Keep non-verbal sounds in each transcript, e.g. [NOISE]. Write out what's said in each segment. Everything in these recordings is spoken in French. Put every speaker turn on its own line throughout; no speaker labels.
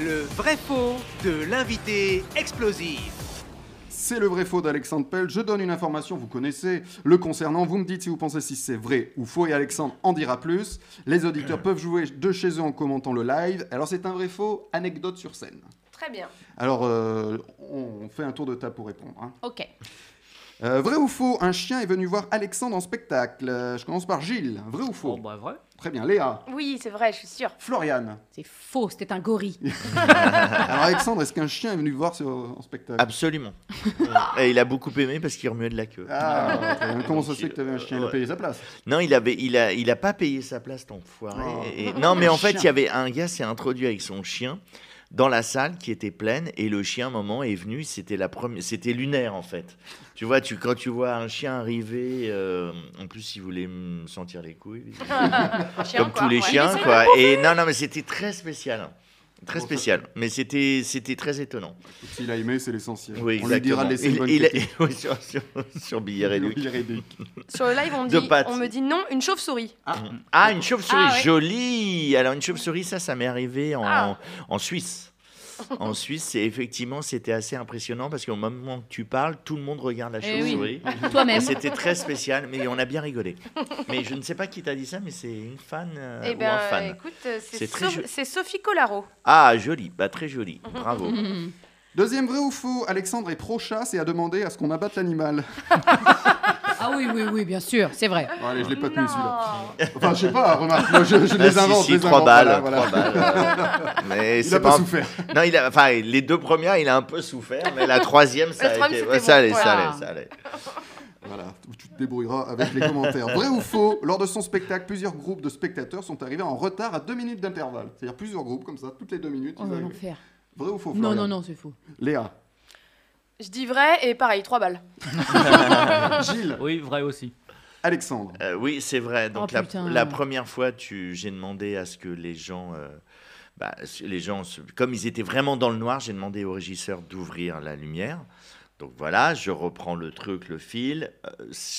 Le vrai faux de l'invité explosif.
C'est le vrai faux d'Alexandre Pell. Je donne une information, vous connaissez le concernant. Vous me dites si vous pensez si c'est vrai ou faux et Alexandre en dira plus. Les auditeurs peuvent jouer de chez eux en commentant le live. Alors c'est un vrai faux, anecdote sur scène.
Très bien.
Alors euh, on fait un tour de table pour répondre. hein.
Ok.
Euh, vrai ou faux, un chien est venu voir Alexandre en spectacle. Euh, Je commence par Gilles. Oh, Vrai ou faux
Oh,
Bon, bah, vrai.
Très bien. Léa.
Oui, c'est vrai, je suis sûre.
Floriane.
C'est faux, c'était un gorille.
Alors Alexandre, est-ce qu'un chien est venu voir sur- en spectacle [LAUGHS]
Absolument. Et il a beaucoup aimé parce qu'il remuait de la queue.
Ah, très bien. comment ça se fait que tu avais un chien Il a
Ouais.
payé sa place.
Non, il avait, il a, il a pas payé sa place, ton foiré.
Oh.
non, mais
[LAUGHS]
en fait,
Chien.
il y avait un gars s'est introduit avec son chien dans la salle qui était pleine et le chien, à un moment, est venu. C'était la première, c'était lunaire en fait. Tu vois, tu quand tu vois un chien arriver, euh, en plus, il voulait me sentir les couilles, comme tous les chiens,
[LAUGHS]
quoi. Et non, non, mais c'était très spécial.
Bon,
Très
ça-
spécial, mais c'était c'était très étonnant.
S'il a aimé, c'est l'essentiel.
Oui,
on lui dira de
exactement.
laisser
Il-
une bonne
il a-
critique.
[LAUGHS] oui, sur, sur, sur Billard et Luc.
Il est aidé.
Sur le live, on, me
De
dit,
pattes.
on me dit non, une chauve-souris.
Ah, une chauve-souris,
Ah, ouais.
jolie Alors, une chauve-souris, ça, ça m'est arrivé en,
Ah.
en Suisse. En Suisse, et effectivement, c'était assez impressionnant parce qu'au moment que tu parles, tout le monde regarde la
Eh oui.
chauve-souris. Et
Toi-même.
C'était très spécial, mais on a bien rigolé. Mais je ne sais pas qui t'a dit ça, mais c'est une fan euh,
eh
ou
bien,
un fan.
écoute, euh, c'est
C'est très
So-
joli.
c'est Sophie Collaro.
Ah, joli, bah, très joli,
[LAUGHS]
bravo.
Mhm.
Deuxième vrai ou faux, Alexandre est pro-chasse et a demandé à ce qu'on abatte l'animal.
Ah oui, oui, oui, bien sûr, c'est
Ah,
vrai.
Bon, allez, je l'ai pas tenu celui-là.
Non.
Enfin, je sais pas, remarque, moi je, je les
Ah, si,
invente.
si,
je les
trois
invente,
balles,
voilà, voilà.
trois balles.
[LAUGHS]
euh, mais
Il
c'est
a pas
pas-
souffert.
Non, il a, enfin, les deux premières, il a un peu souffert, mais la troisième, ça,
La
a
troisième,
été-
c'était
ouais,
bon,
ça allait,
voilà.
ça allait, ça allait.
Voilà, tu te débrouilleras avec [LAUGHS] les commentaires. Vrai ou faux, lors de son spectacle, plusieurs groupes de spectateurs sont arrivés en retard à deux minutes d'intervalle. C'est-à-dire plusieurs groupes, comme ça, toutes les deux minutes.
Oh,
ils arrivaient.
l'enfer.
Vrai ou faux
Non,
Florian
non, non, c'est faux.
Léa.
Je dis vrai et pareil, trois balles.
Gilles.
Oui, vrai aussi.
Alexandre. [LAUGHS]
Euh, oui, c'est vrai. Donc
Oh,
la,
putain.
la première fois, tu, j'ai demandé à ce que les gens, euh, bah, s- les gens, se- comme ils étaient vraiment dans le noir, j'ai demandé au régisseur d'ouvrir la lumière. Donc voilà, je reprends le truc, le fil. Euh,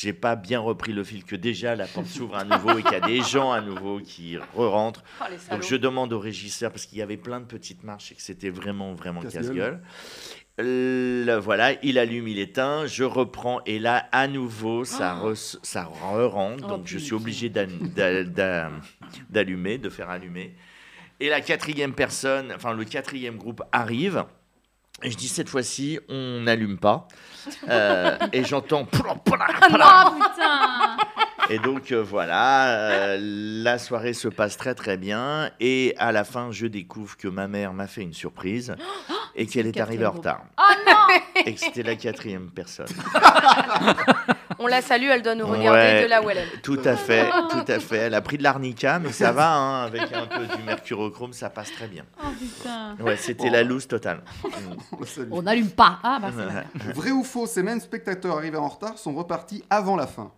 j'ai pas bien repris le fil que déjà la porte s'ouvre à nouveau et qu'il y a des gens à nouveau qui re-rentrent.
Oh, les salauds.
Donc je demande au régisseur parce qu'il y avait plein de petites marches et que c'était vraiment vraiment
Casse-gueule.
casse-gueule. Le- voilà, il allume, il éteint, je reprends et là à nouveau ça re, ça rentre
Oh,
donc je suis
putain.
obligé d'an- d'a- d'a- d'allumer, de faire allumer. Et la quatrième personne, enfin le quatrième groupe arrive. Et je dis cette fois-ci, on n'allume pas. Euh, et j'entends. plom, plom, plom.
putain
Et donc euh, voilà, euh, la soirée se passe très très bien et à la fin je découvre que ma mère m'a fait une surprise et qu'elle est arrivée en
quatrième Oh
retard. Et que c'était la quatrième personne.
On la salue, elle doit nous regarder
Ouais.
de là où elle est.
Tout à fait,
Oh
tout à fait. Elle a pris de l'arnica mais ça va, hein, avec un peu du mercurochrome ça passe très bien.
Oh putain
Ouais, c'était la loose totale.
On le salue.
On n'allume pas. Ah bah c'est ma mère.
Vrai ou faux, ces mêmes spectateurs arrivés en retard sont repartis avant la
[LAUGHS]
fin.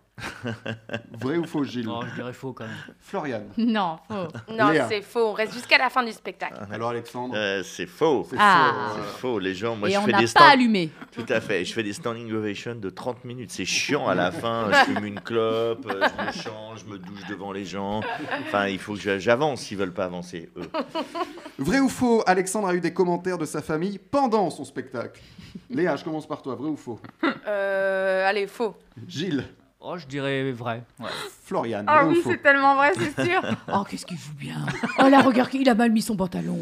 Vrai ou faux, Gilles
Non, Oh, je dirais faux quand même.
Florian.
Non, faux.
Non,
Léa.
c'est faux, on reste jusqu'à la fin du spectacle.
Ah.
Alors Alexandre.
Euh, c'est faux.
c'est
Ah.
faux, euh,
C'est faux, les gens. [LAUGHS] Moi,
Et
je
on
fais
n'a
des
pas
stands.
allumé.
Tout à fait. Je fais des standing ovations de 30 minutes. C'est chiant à la
[LAUGHS]
fin. Je fume une clope, euh, je me change, je me douche devant les gens. Enfin, il faut que je- j'avance. Ils veulent pas avancer, eux.
Vrai ou faux, Alexandre a eu des commentaires de sa famille pendant son spectacle. Léa, je commence par toi. Vrai ou faux
Euh, allez, faux.
Gilles,
Oh, je dirais vrai. Ouais.
Florian. vrai ou faux
tellement vrai, Ah c'est
[LAUGHS]
sûr.
Oh, qu'est-ce qu'il joue bien Oh là, regarde, il a mal mis son pantalon.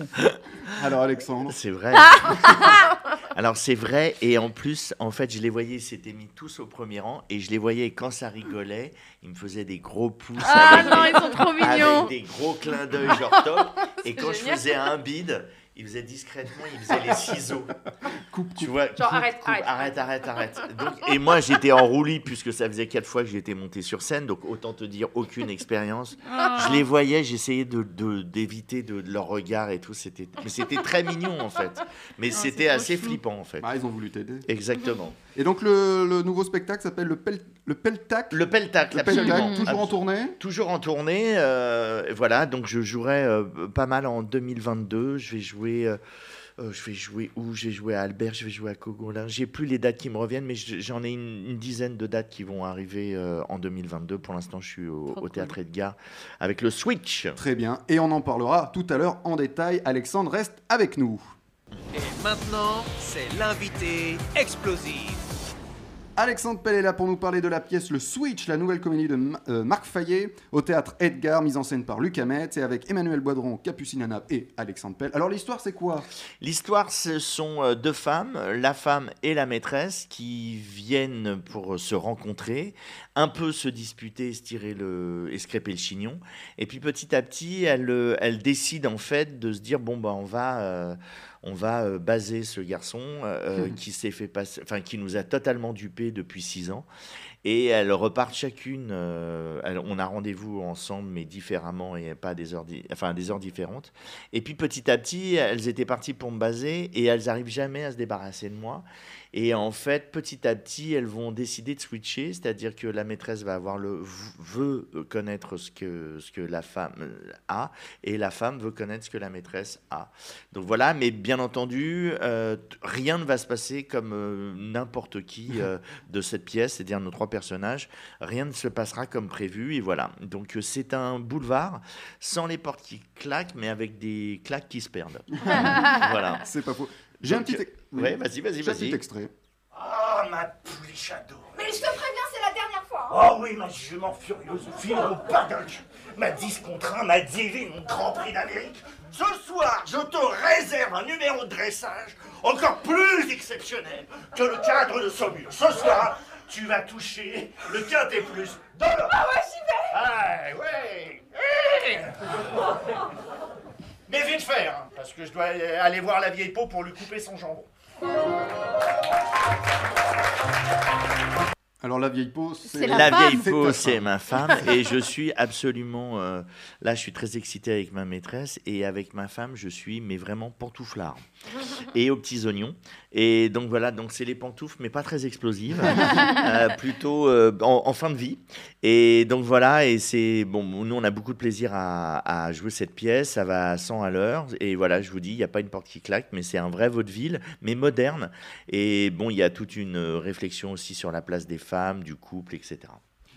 Alors Alexandre.
[LAUGHS]
C'est vrai. Alors, c'est vrai. Et en plus, en fait, je les voyais, ils s'étaient mis tous au premier rang. Et je les voyais, et quand ça rigolait, ils me faisaient des gros pouces.
Ah
avec
non,
des-
ils sont trop mignons.
avec des gros clins d'œil genre top.
[LAUGHS]
Et quand je
génial.
faisais un bide, il faisait discrètement, il faisait les ciseaux.
Coupe,
Tu vois,
Genre, arrête, arrête.
arrête, arrête, arrête.
[LAUGHS]
Donc, et moi, j'étais en roulis puisque ça faisait quatre fois que j'étais monté sur scène, donc autant te dire aucune expérience. Je les voyais, j'essayais de de- d'éviter de, de leur regard et tout. C'était, mais c'était très mignon en fait. Mais c'était assez flippant en fait.
Bah, ils ont voulu t'aider.
Exactement.
Et donc le, le nouveau spectacle s'appelle le, Pel- le Peltac.
Le peltacle,
Le
absolument.
Peltac, toujours en
Absolument.
tournée.
Toujours en tournée, euh, voilà, donc je jouerai euh, pas mal en 2022. Je vais jouer joué. euh, euh, je vais jouer où J'ai joué à Albert, je vais jouer à Cogolin. J'ai plus les dates qui me reviennent, mais je- j'en ai une, une dizaine de dates qui vont arriver euh, en 2022. Pour l'instant, je suis au,
Trop
au
cool.
théâtre Edgar avec le Switch.
Très bien, et on en parlera tout à l'heure en détail. Alexandre reste avec nous.
Et maintenant, c'est l'invité explosif.
Alexandre Pell est là pour nous parler de la pièce Le Switch, la nouvelle comédie de M- euh, Marc Fayet, au théâtre Edgar, mise en scène par Luc Hamet, et avec Emmanuel Boidron, Capucine Anna et Alexandre Pell. Alors l'histoire c'est quoi
L'histoire, ce sont euh, deux femmes, la femme et la maîtresse, qui viennent pour euh, se rencontrer, un peu se disputer, se tirer le, escréper le chignon. Et puis petit à petit, elles, euh, elles décident en fait de se dire bon bah on va, euh, on va euh, baser ce garçon euh, qui s'est fait passer, enfin qui nous a totalement dupé depuis six ans. Et elles repartent chacune. euh, elles- on a rendez-vous ensemble, mais différemment et pas à des heures, di- enfin à des heures différentes. Et puis petit à petit, elles étaient parties pour me baser et elles arrivent jamais à se débarrasser de moi. Et en fait, petit à petit, elles vont décider de switcher, c'est-à-dire que la maîtresse va avoir le veut connaître ce que ce que la femme euh, a et la femme veut connaître ce que la maîtresse a. Donc voilà, mais bien entendu, euh, t- rien ne va se passer comme euh, n'importe qui euh, de cette pièce, c'est-à-dire nos trois personnages, rien ne se passera comme prévu et voilà. Donc euh, c'est un boulevard sans les portes qui claquent, mais avec des claques qui se perdent. voilà.
C'est pas faux. J'ai un
Donc,
petit,
euh,
ex- oui.
Ouais, vas-y, vas-y,
J'ai un petit
vas-y.
extrait.
Ah, ma poulie Shadow
Mais je te préviens, c'est la dernière fois. hein.
Oh oui, ma jument furieuse, fille au paddock Ma 10 contre 1, ma divine mon Grand Prix d'Amérique Ce soir, je te réserve un numéro de dressage encore plus exceptionnel que le cadre de Saumur. Ce soir, tu vas toucher le quintet plus de l'or Ah ouais, j'y vais Ah ouais hey. Mais vite faire, hein, parce que je dois aller voir la vieille peau pour lui couper son jambon.
Alors la vieille peau, c'est
C'est
La,
La
vieille
femme.
peau,
C'est ta
c'est ma femme. et je suis absolument. euh, là, je suis très excité avec ma maîtresse. Et avec ma femme, je suis, mais vraiment pantouflard. Et aux petits oignons. Et donc voilà, donc c'est les pantoufles, mais pas très
[LAUGHS]
explosives. Euh, plutôt euh, en, en fin de vie. Et donc voilà, et c'est. Bon, nous, on a beaucoup de plaisir à, à jouer cette pièce. Ça va à 100 à l'heure. Et voilà, je vous dis, il n'y a pas une porte qui claque, mais c'est un vrai vaudeville, mais moderne. Et bon, il y a toute une euh, réflexion aussi sur la place des femmes, du couple, etc.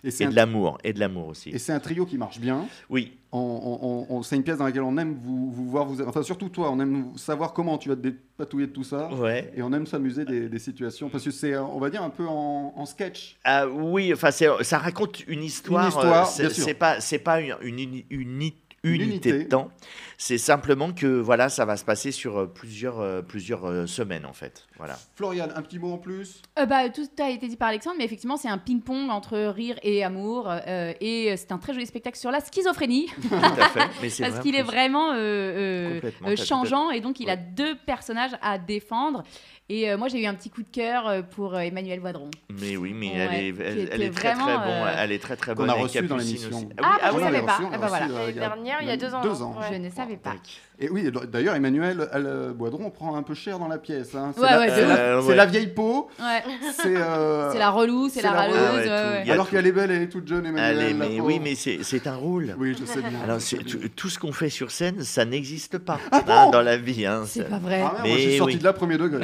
Et c'est
Et
un,
de l'amour, et de l'amour aussi.
et c'est un trio qui marche bien.
Oui,
On- on- on- on- c'est une pièce dans laquelle on aime vous, vous voir, vous, enfin surtout toi, on aime savoir comment tu vas te dépatouiller de tout ça.
ouais.
Et on aime s'amuser des, des situations parce que c'est, euh, on va dire, un peu en, en sketch.
Ah, oui, enfin, c'est- ça raconte une histoire.
histoire,
euh, c'est-
bien sûr.
C'est pas, c'est pas une, une, uni- uni-
Une
unité,
unité.
de temps. C'est simplement que voilà, ça va se passer sur euh, plusieurs, euh, plusieurs euh, semaines en fait. Voilà.
Florian, un petit mot en plus
Euh, bah, tout a été dit par Alexandre, mais effectivement, c'est un ping-pong entre rire et amour. euh, et euh, c'est un très joli spectacle sur la schizophrénie,
Tout
[LAUGHS]
à fait. Mais c'est
parce
vrai,
qu'il est
plus-
vraiment euh, euh,
Complètement,
euh,
t'as tout à-
changeant, et donc il a
Ouais.
deux personnages à défendre. Et euh, moi, j'ai eu un petit coup de cœur euh, pour euh, Emmanuel Voidron.
Mais oui, mais
Ouais,
elle
qui
est, elle,
était
elle est très très
vraiment,
bon.
euh,
Elle est très très
Qu'on
bonne.
a
avec
reçu dans
Capucine
l'émission.
aussi.
Ah
Ah, bah,
oui,
je
on
ne
l'avait
savais pas.
reçu, on
Eh
l'a
ben voilà.
reçu, euh,
L'année
il y a
dernière, il y a deux ans,
Deux
hein.
ans.
Je ne savais pas.
Tac.
Et oui, d'ailleurs, Emmanuel euh, Boidron prend un peu cher dans la pièce. hein. C'est
Ouais,
la,
ouais,
c'est
de
la-
ouf.
c'est
Ouais.
la vieille peau.
Ouais.
C'est euh,
[LAUGHS] c'est la relou, c'est
c'est
la
la relou.
râleuse.
Ah ouais,
ouais,
tout.
ouais.
Alors qu'elle est belle, elle est toute jeune, Emmanuel.
Allez,
la
mais
pauvre.
oui, mais c'est c'est un rôle.
Oui, je sais bien.
Alors,
je sais
c'est-
bien.
tout, tout ce qu'on fait sur scène, ça n'existe pas
Ah bon
hein, dans la vie. hein,
C'est
ça-
pas vrai.
Ah, ouais, moi,
Mais
j'ai sorti
oui.
de là premier
[LAUGHS]
degré.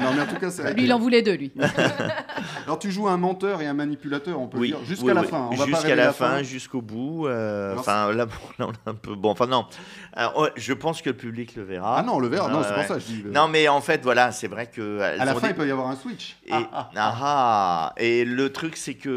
non, mais en tout cas, c'est.
Lui, il en voulait deux, lui.
[LAUGHS] Alors, tu joues un menteur et un manipulateur, on peut
Oui,
le dire, jusqu'à
oui,
la
oui.
fin. On va pas
Jusqu'à
révéler
la fin, jusqu'au bout. euh,
Alors,
Enfin, là, bon, [LAUGHS] là, on est un peu bon. Enfin, non. Alors, ouais, je pense que le public le verra.
Ah non, le verre, non,
Ouais,
c'est
ouais.
pour ça. que Je dis, euh,
Non, mais en fait, voilà, c'est vrai que. euh, elles
à la
ont
fin,
des-
il peut y avoir un switch.
Et, ah, ah. et le truc, c'est que.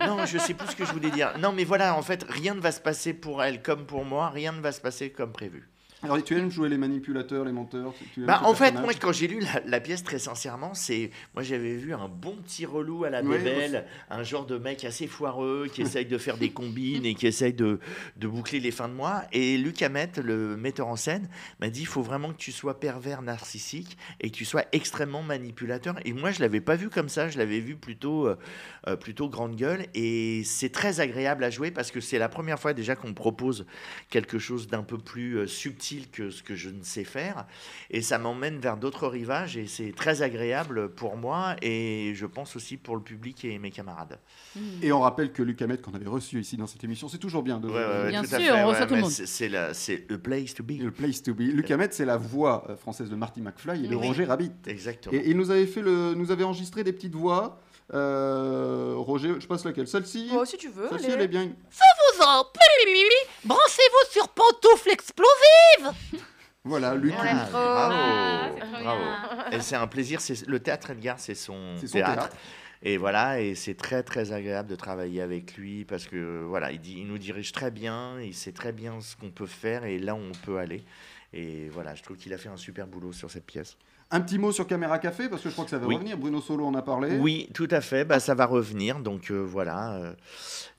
euh, Non, je sais plus ce que je voulais dire. Non, mais voilà, en fait, rien ne va se passer pour elle comme pour moi, rien ne va se passer comme prévu.
Alors, tu aimes jouer les manipulateurs, les menteurs tu- tu aimes
Bah,
ce
en fait,
personnage
moi, quand j'ai lu la, la pièce, très sincèrement, c'est. Moi, j'avais vu un bon petit relou à la
Ouais,
bébelle, un genre de mec assez foireux
[LAUGHS]
qui essaye de faire des combines et qui essaye de, de boucler les fins de mois. Et Luc Hamet, le metteur en scène, m'a dit il faut vraiment que tu sois pervers narcissique et que tu sois extrêmement manipulateur. Et moi, je l'avais pas vu comme ça, je l'avais vu plutôt, euh, euh, plutôt grande gueule. Et c'est très agréable à jouer parce que c'est la première fois déjà qu'on me propose quelque chose d'un peu plus euh, subtil difficile que ce que je ne sais faire. Et ça m'emmène vers d'autres rivages et c'est très agréable pour moi et je pense aussi pour le public et mes camarades.
Et on rappelle que Luc Hamet, qu'on avait reçu ici dans cette émission, c'est toujours bien de.
Ouais, ouais, ouais,
Bien
tout
sûr,
à fait,
on
ouais,
reçoit tout le
mais
monde.
c'est- C'est la- c'est le place to be.
Le place to be. Luc Hamet, c'est la voix euh, française de Marty McFly et de
Oui.
Roger Rabbit.
Exactement.
Et il nous avait fait le, nous avait enregistré des petites voix. Euh, Roger, je passe laquelle Celle-ci.
Oh,
Moi aussi, tu veux.
Celle-ci,
allez.
elle est bien.
Brancez-vous sur pantoufles explosives
Voilà, Luc.
On l'aime trop.
Ah, c'est trop
Bravo. Bravo.
bien.
Et c'est un plaisir. c'est- Le théâtre Edgar, c'est son,
C'est son
théâtre.
théâtre.
Et voilà, et c'est très très agréable de travailler avec lui parce que voilà, il, dit, il nous dirige très bien, il sait très bien ce qu'on peut faire et là où on peut aller. Et voilà, je trouve qu'il a fait un super boulot sur cette pièce.
Un petit mot sur Caméra Café parce que je crois que ça va
Oui.
revenir. Bruno Solo en a parlé.
Oui, tout à fait. Bah, ça va revenir. Donc euh, voilà, euh,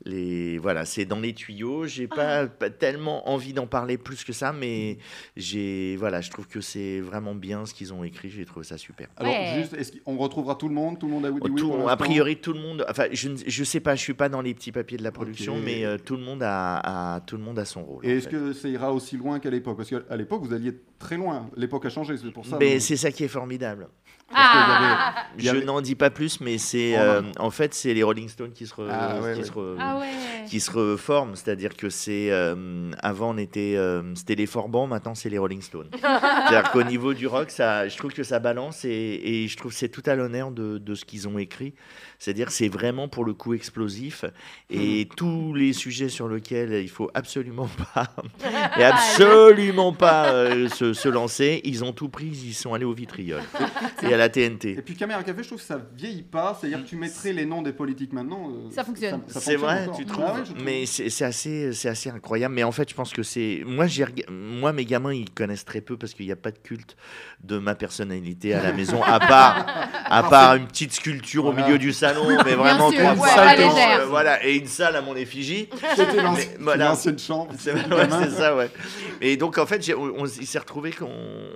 les voilà, c'est dans les tuyaux. J'ai
Ah.
pas, pas tellement envie d'en parler plus que ça, mais j'ai voilà, je trouve que c'est vraiment bien ce qu'ils ont écrit. J'ai trouvé ça super.
Alors
Ouais.
juste, est-ce qu'on retrouvera tout le monde Tout le monde a dit Ah, oui
Oh, Tout-
pour
a
l'instant
priori, tout le monde. Enfin, je ne je sais pas. Je suis pas dans les petits papiers de la production,
Ok.
mais euh, tout le monde a, a- tout le monde a son rôle.
Et
en
est-ce
fait.
que ça ira aussi loin qu'à l'époque Parce qu'à à l'époque, vous alliez très loin. L'époque a changé, c'est pour ça.
Mais
donc-
c'est ça qui est formidable.
Ah.
parce que vous avez-
Ah [LAUGHS]
Il y
Je
avait-
n'en dis pas plus, mais c'est
Oh,
euh, en fait c'est les Rolling Stones qui se, re-
Ah, ouais,
qui
ouais.
se re-
Ah ouais.
qui se reforme, c'est-à-dire que c'est euh, avant on était euh, c'était les Forbans, maintenant c'est les Rolling Stones. c'est-à-dire qu'au niveau du rock, ça, je trouve que ça balance et, et je trouve que c'est tout à l'honneur de, de ce qu'ils ont écrit. C'est-à-dire que c'est vraiment pour le coup explosif et tous les sujets sur lesquels il faut absolument [LAUGHS] pas et absolument pas euh, se, se lancer, ils ont tout pris, ils sont allés au vitriol et à la
Et
TNT.
puis Caméra Café, je trouve que ça vieillit pas. C'est-à-dire que tu mettrais les noms des politiques maintenant. euh,
Ça fonctionne.
C'est
fonctionne
vrai,
encore.
tu
Ah
trouves.
ouais, je trouve.
Mais c'est c'est assez, c'est assez incroyable. Mais en fait, je pense que c'est moi, j'ai reg- moi, mes gamins, ils connaissent très peu parce qu'il n'y a pas de culte de ma personnalité à la
[LAUGHS]
maison, à part, à part une petite sculpture
Voilà.
au milieu du salon, mais vraiment
sûr.
comme
Ouais,
ça,
pas
comme-
légère.
euh, voilà, et une salle à
[LAUGHS]
mon effigie.
C'était l'anci-
[LAUGHS] Mais
c'était
voilà.
l'ancienne chambre.
C'est ouais, c'est ça, ouais. Et donc, en fait, j'ai- on, on s- il s'est retrouvé qu'on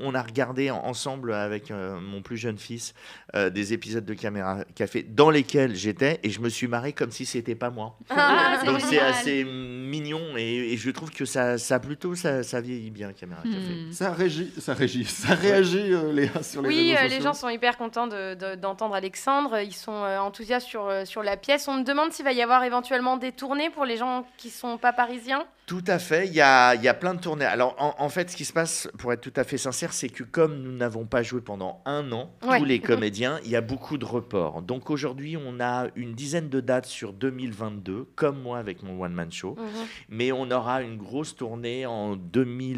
on a regardé en- ensemble avec euh, mon plus jeune fils euh, des épisodes de Caméra Café dans lesquels j'étais et je me suis marré comme si c'était pas moi.
Ah,
Donc c'est
génial.
assez mignon et, et je trouve que ça, ça plutôt ça, ça vieillit bien Caméra Café.
Hmm.
Ça régit, ça régit, ça réagit euh, Léa sur les
Oui,
réseaux
euh, les
sociaux.
gens sont hyper contents de- de- d'entendre Alexandre. Ils sont euh, enthousiastes sur, euh, sur la pièce. On me demande s'il va y avoir éventuellement des tournées pour les gens qui sont pas parisiens.
Tout à fait, il y a, il y a plein de tournées. Alors en, en fait, ce qui se passe, pour être tout à fait sincère, c'est que comme nous n'avons pas joué pendant un an,
Ouais.
tous les comédiens, il y a beaucoup de reports. Donc aujourd'hui, on a une dizaine de dates sur 2022, comme moi avec mon One Man Show. mais on aura une grosse tournée en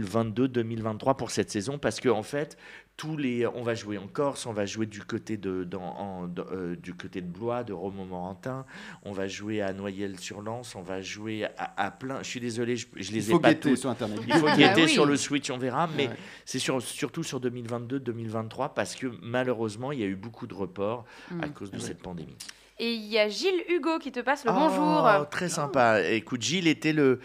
2022-2023 pour cette saison parce que en fait tous les on va jouer en Corse, on va jouer du côté de dans, en- dans, euh, du côté de Blois, de Romorantin, on va jouer à Noyelles-sur-Lens, on va jouer à, à plein. Je suis désolé, je, je
Il
les ai
faut
pas
guetter
tous.
sur Internet.
[LAUGHS]
Il faut
Bah
guetter
oui.
sur le Switch, on verra, mais
Ouais.
c'est sur- surtout sur 2022-2023 parce que malheureusement il y a eu beaucoup de reports à
Mm.
cause de
Ouais.
cette pandémie.
Et il y a Gilles Hugo qui te passe le
Oh,
bonjour.
Très sympa. Écoute, Gilles était le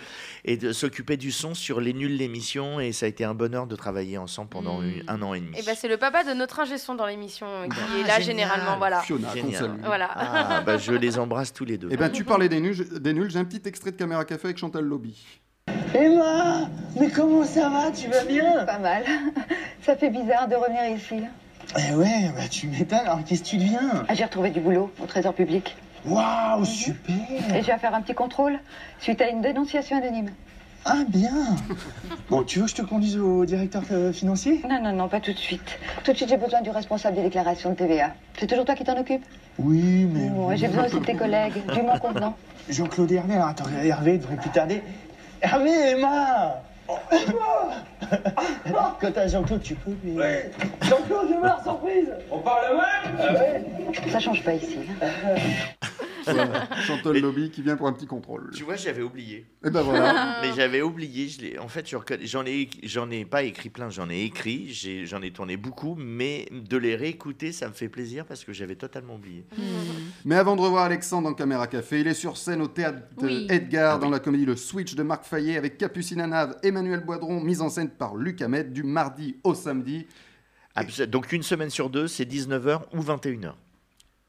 et de s'occuper du son sur les nuls l'émission et ça a été un bonheur de travailler ensemble pendant
Mm.
une- un an et demi.
Et ben c'est le papa de notre ingé son dans l'émission euh, qui
Ah,
est là
génial.
généralement. Voilà.
Fiona, qu'on
Génial.
salue.
Voilà.
Ah, bah, je les embrasse tous les deux.
Eh ben, tu parlais des nuls, des nuls. J'ai un petit extrait de Caméra Café avec Chantal Lobby.
Emma Eh ben, Mais comment ça va Tu vas bien
Pas mal. [LAUGHS] Ça fait bizarre de revenir ici. là.
Eh ouais, bah tu m'étonnes, alors qu'est-ce que tu deviens
Ah, J'ai retrouvé du boulot au Trésor public.
Waouh, super
Et j'ai à faire un petit contrôle suite à une dénonciation anonyme.
Ah bien Bon, tu veux que je te conduise au directeur euh, financier
Non, non, non, pas tout de suite. Tout de suite, j'ai besoin du responsable des déclarations de TVA. C'est toujours toi qui t'en occupes
Oui, mais...
Bon, et J'ai besoin aussi de tes collègues, du moins convenant.
Jean-Claude et Hervé, alors attends, Hervé devrait plus tarder. Hervé, Emma oh, Emma [LAUGHS] Quand t'as Jean-Claude, tu peux, mais... Jean-Claude, je meurs, surprise
Ça change pas ici. hein.
Voilà.
[LAUGHS]
Chantal
Et-
Lobby qui vient pour un petit contrôle.
Tu vois, j'avais oublié.
Et ben voilà.
Ah.
Mais j'avais oublié. Je l'ai- en fait, je reconna- j'en ai, j'en ai pas écrit plein. J'en ai écrit. j'ai- J'en ai tourné beaucoup, mais de les réécouter, ça me fait plaisir parce que j'avais totalement oublié.
Mm.
Mais avant de revoir Alexandre dans Caméra Café, il est sur scène au théâtre de
Oui.
Edgar dans la comédie Le Switch de Marc Fayet avec Capucine Anave, Emmanuel Boidron, mise en scène par Luc Hamet du mardi au samedi.
Absol- Ah, Donc une semaine sur deux, c'est 19h ou 21h.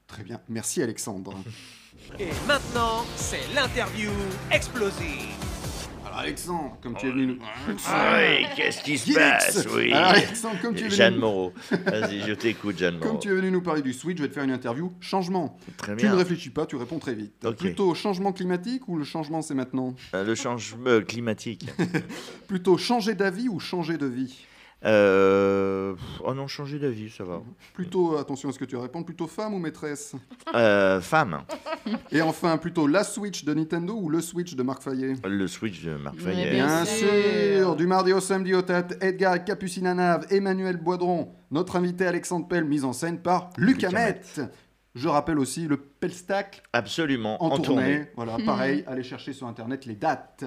Très bien. Merci Alexandre.
Et maintenant, c'est l'interview explosive.
Alexandre, comme tu es venu nous.
Oh, Ah oui, qu'est-ce qui se
Guilix
passe Oui.
Alors, Alexandre, comme tu es venu
Jeanne
nous-
Moreau. Vas-y, je t'écoute, Jeanne Moreau.
Comme tu es venu nous parler du Switch, je vais te faire une interview. Changement.
Très
Tu
bien.
ne réfléchis pas, tu réponds très vite.
Ok.
Plutôt changement climatique ou le changement c'est maintenant
Euh, Le changement euh, climatique.
Plutôt changer d'avis ou changer de vie
Euh, pff, Oh non, changer d'avis, ça va.
Plutôt, attention à ce que tu réponds, plutôt femme ou maîtresse
Euh, femme.
Et enfin, plutôt la Switch de Nintendo ou le Switch de Marc Fayet
Le switch de Marc
Ouais,
Fayet.
Bien
Bien
sûr, du mardi au samedi aux têtes, Edgar Capucinanave, Emmanuel Boidron, notre invité Alexandre Pell, mise en scène par Luc
Luc
Hamet. Je rappelle aussi le Pelstack
Absolument.
en,
En,
tournée.
tournée.
[LAUGHS] Voilà, pareil, allez chercher sur internet les dates.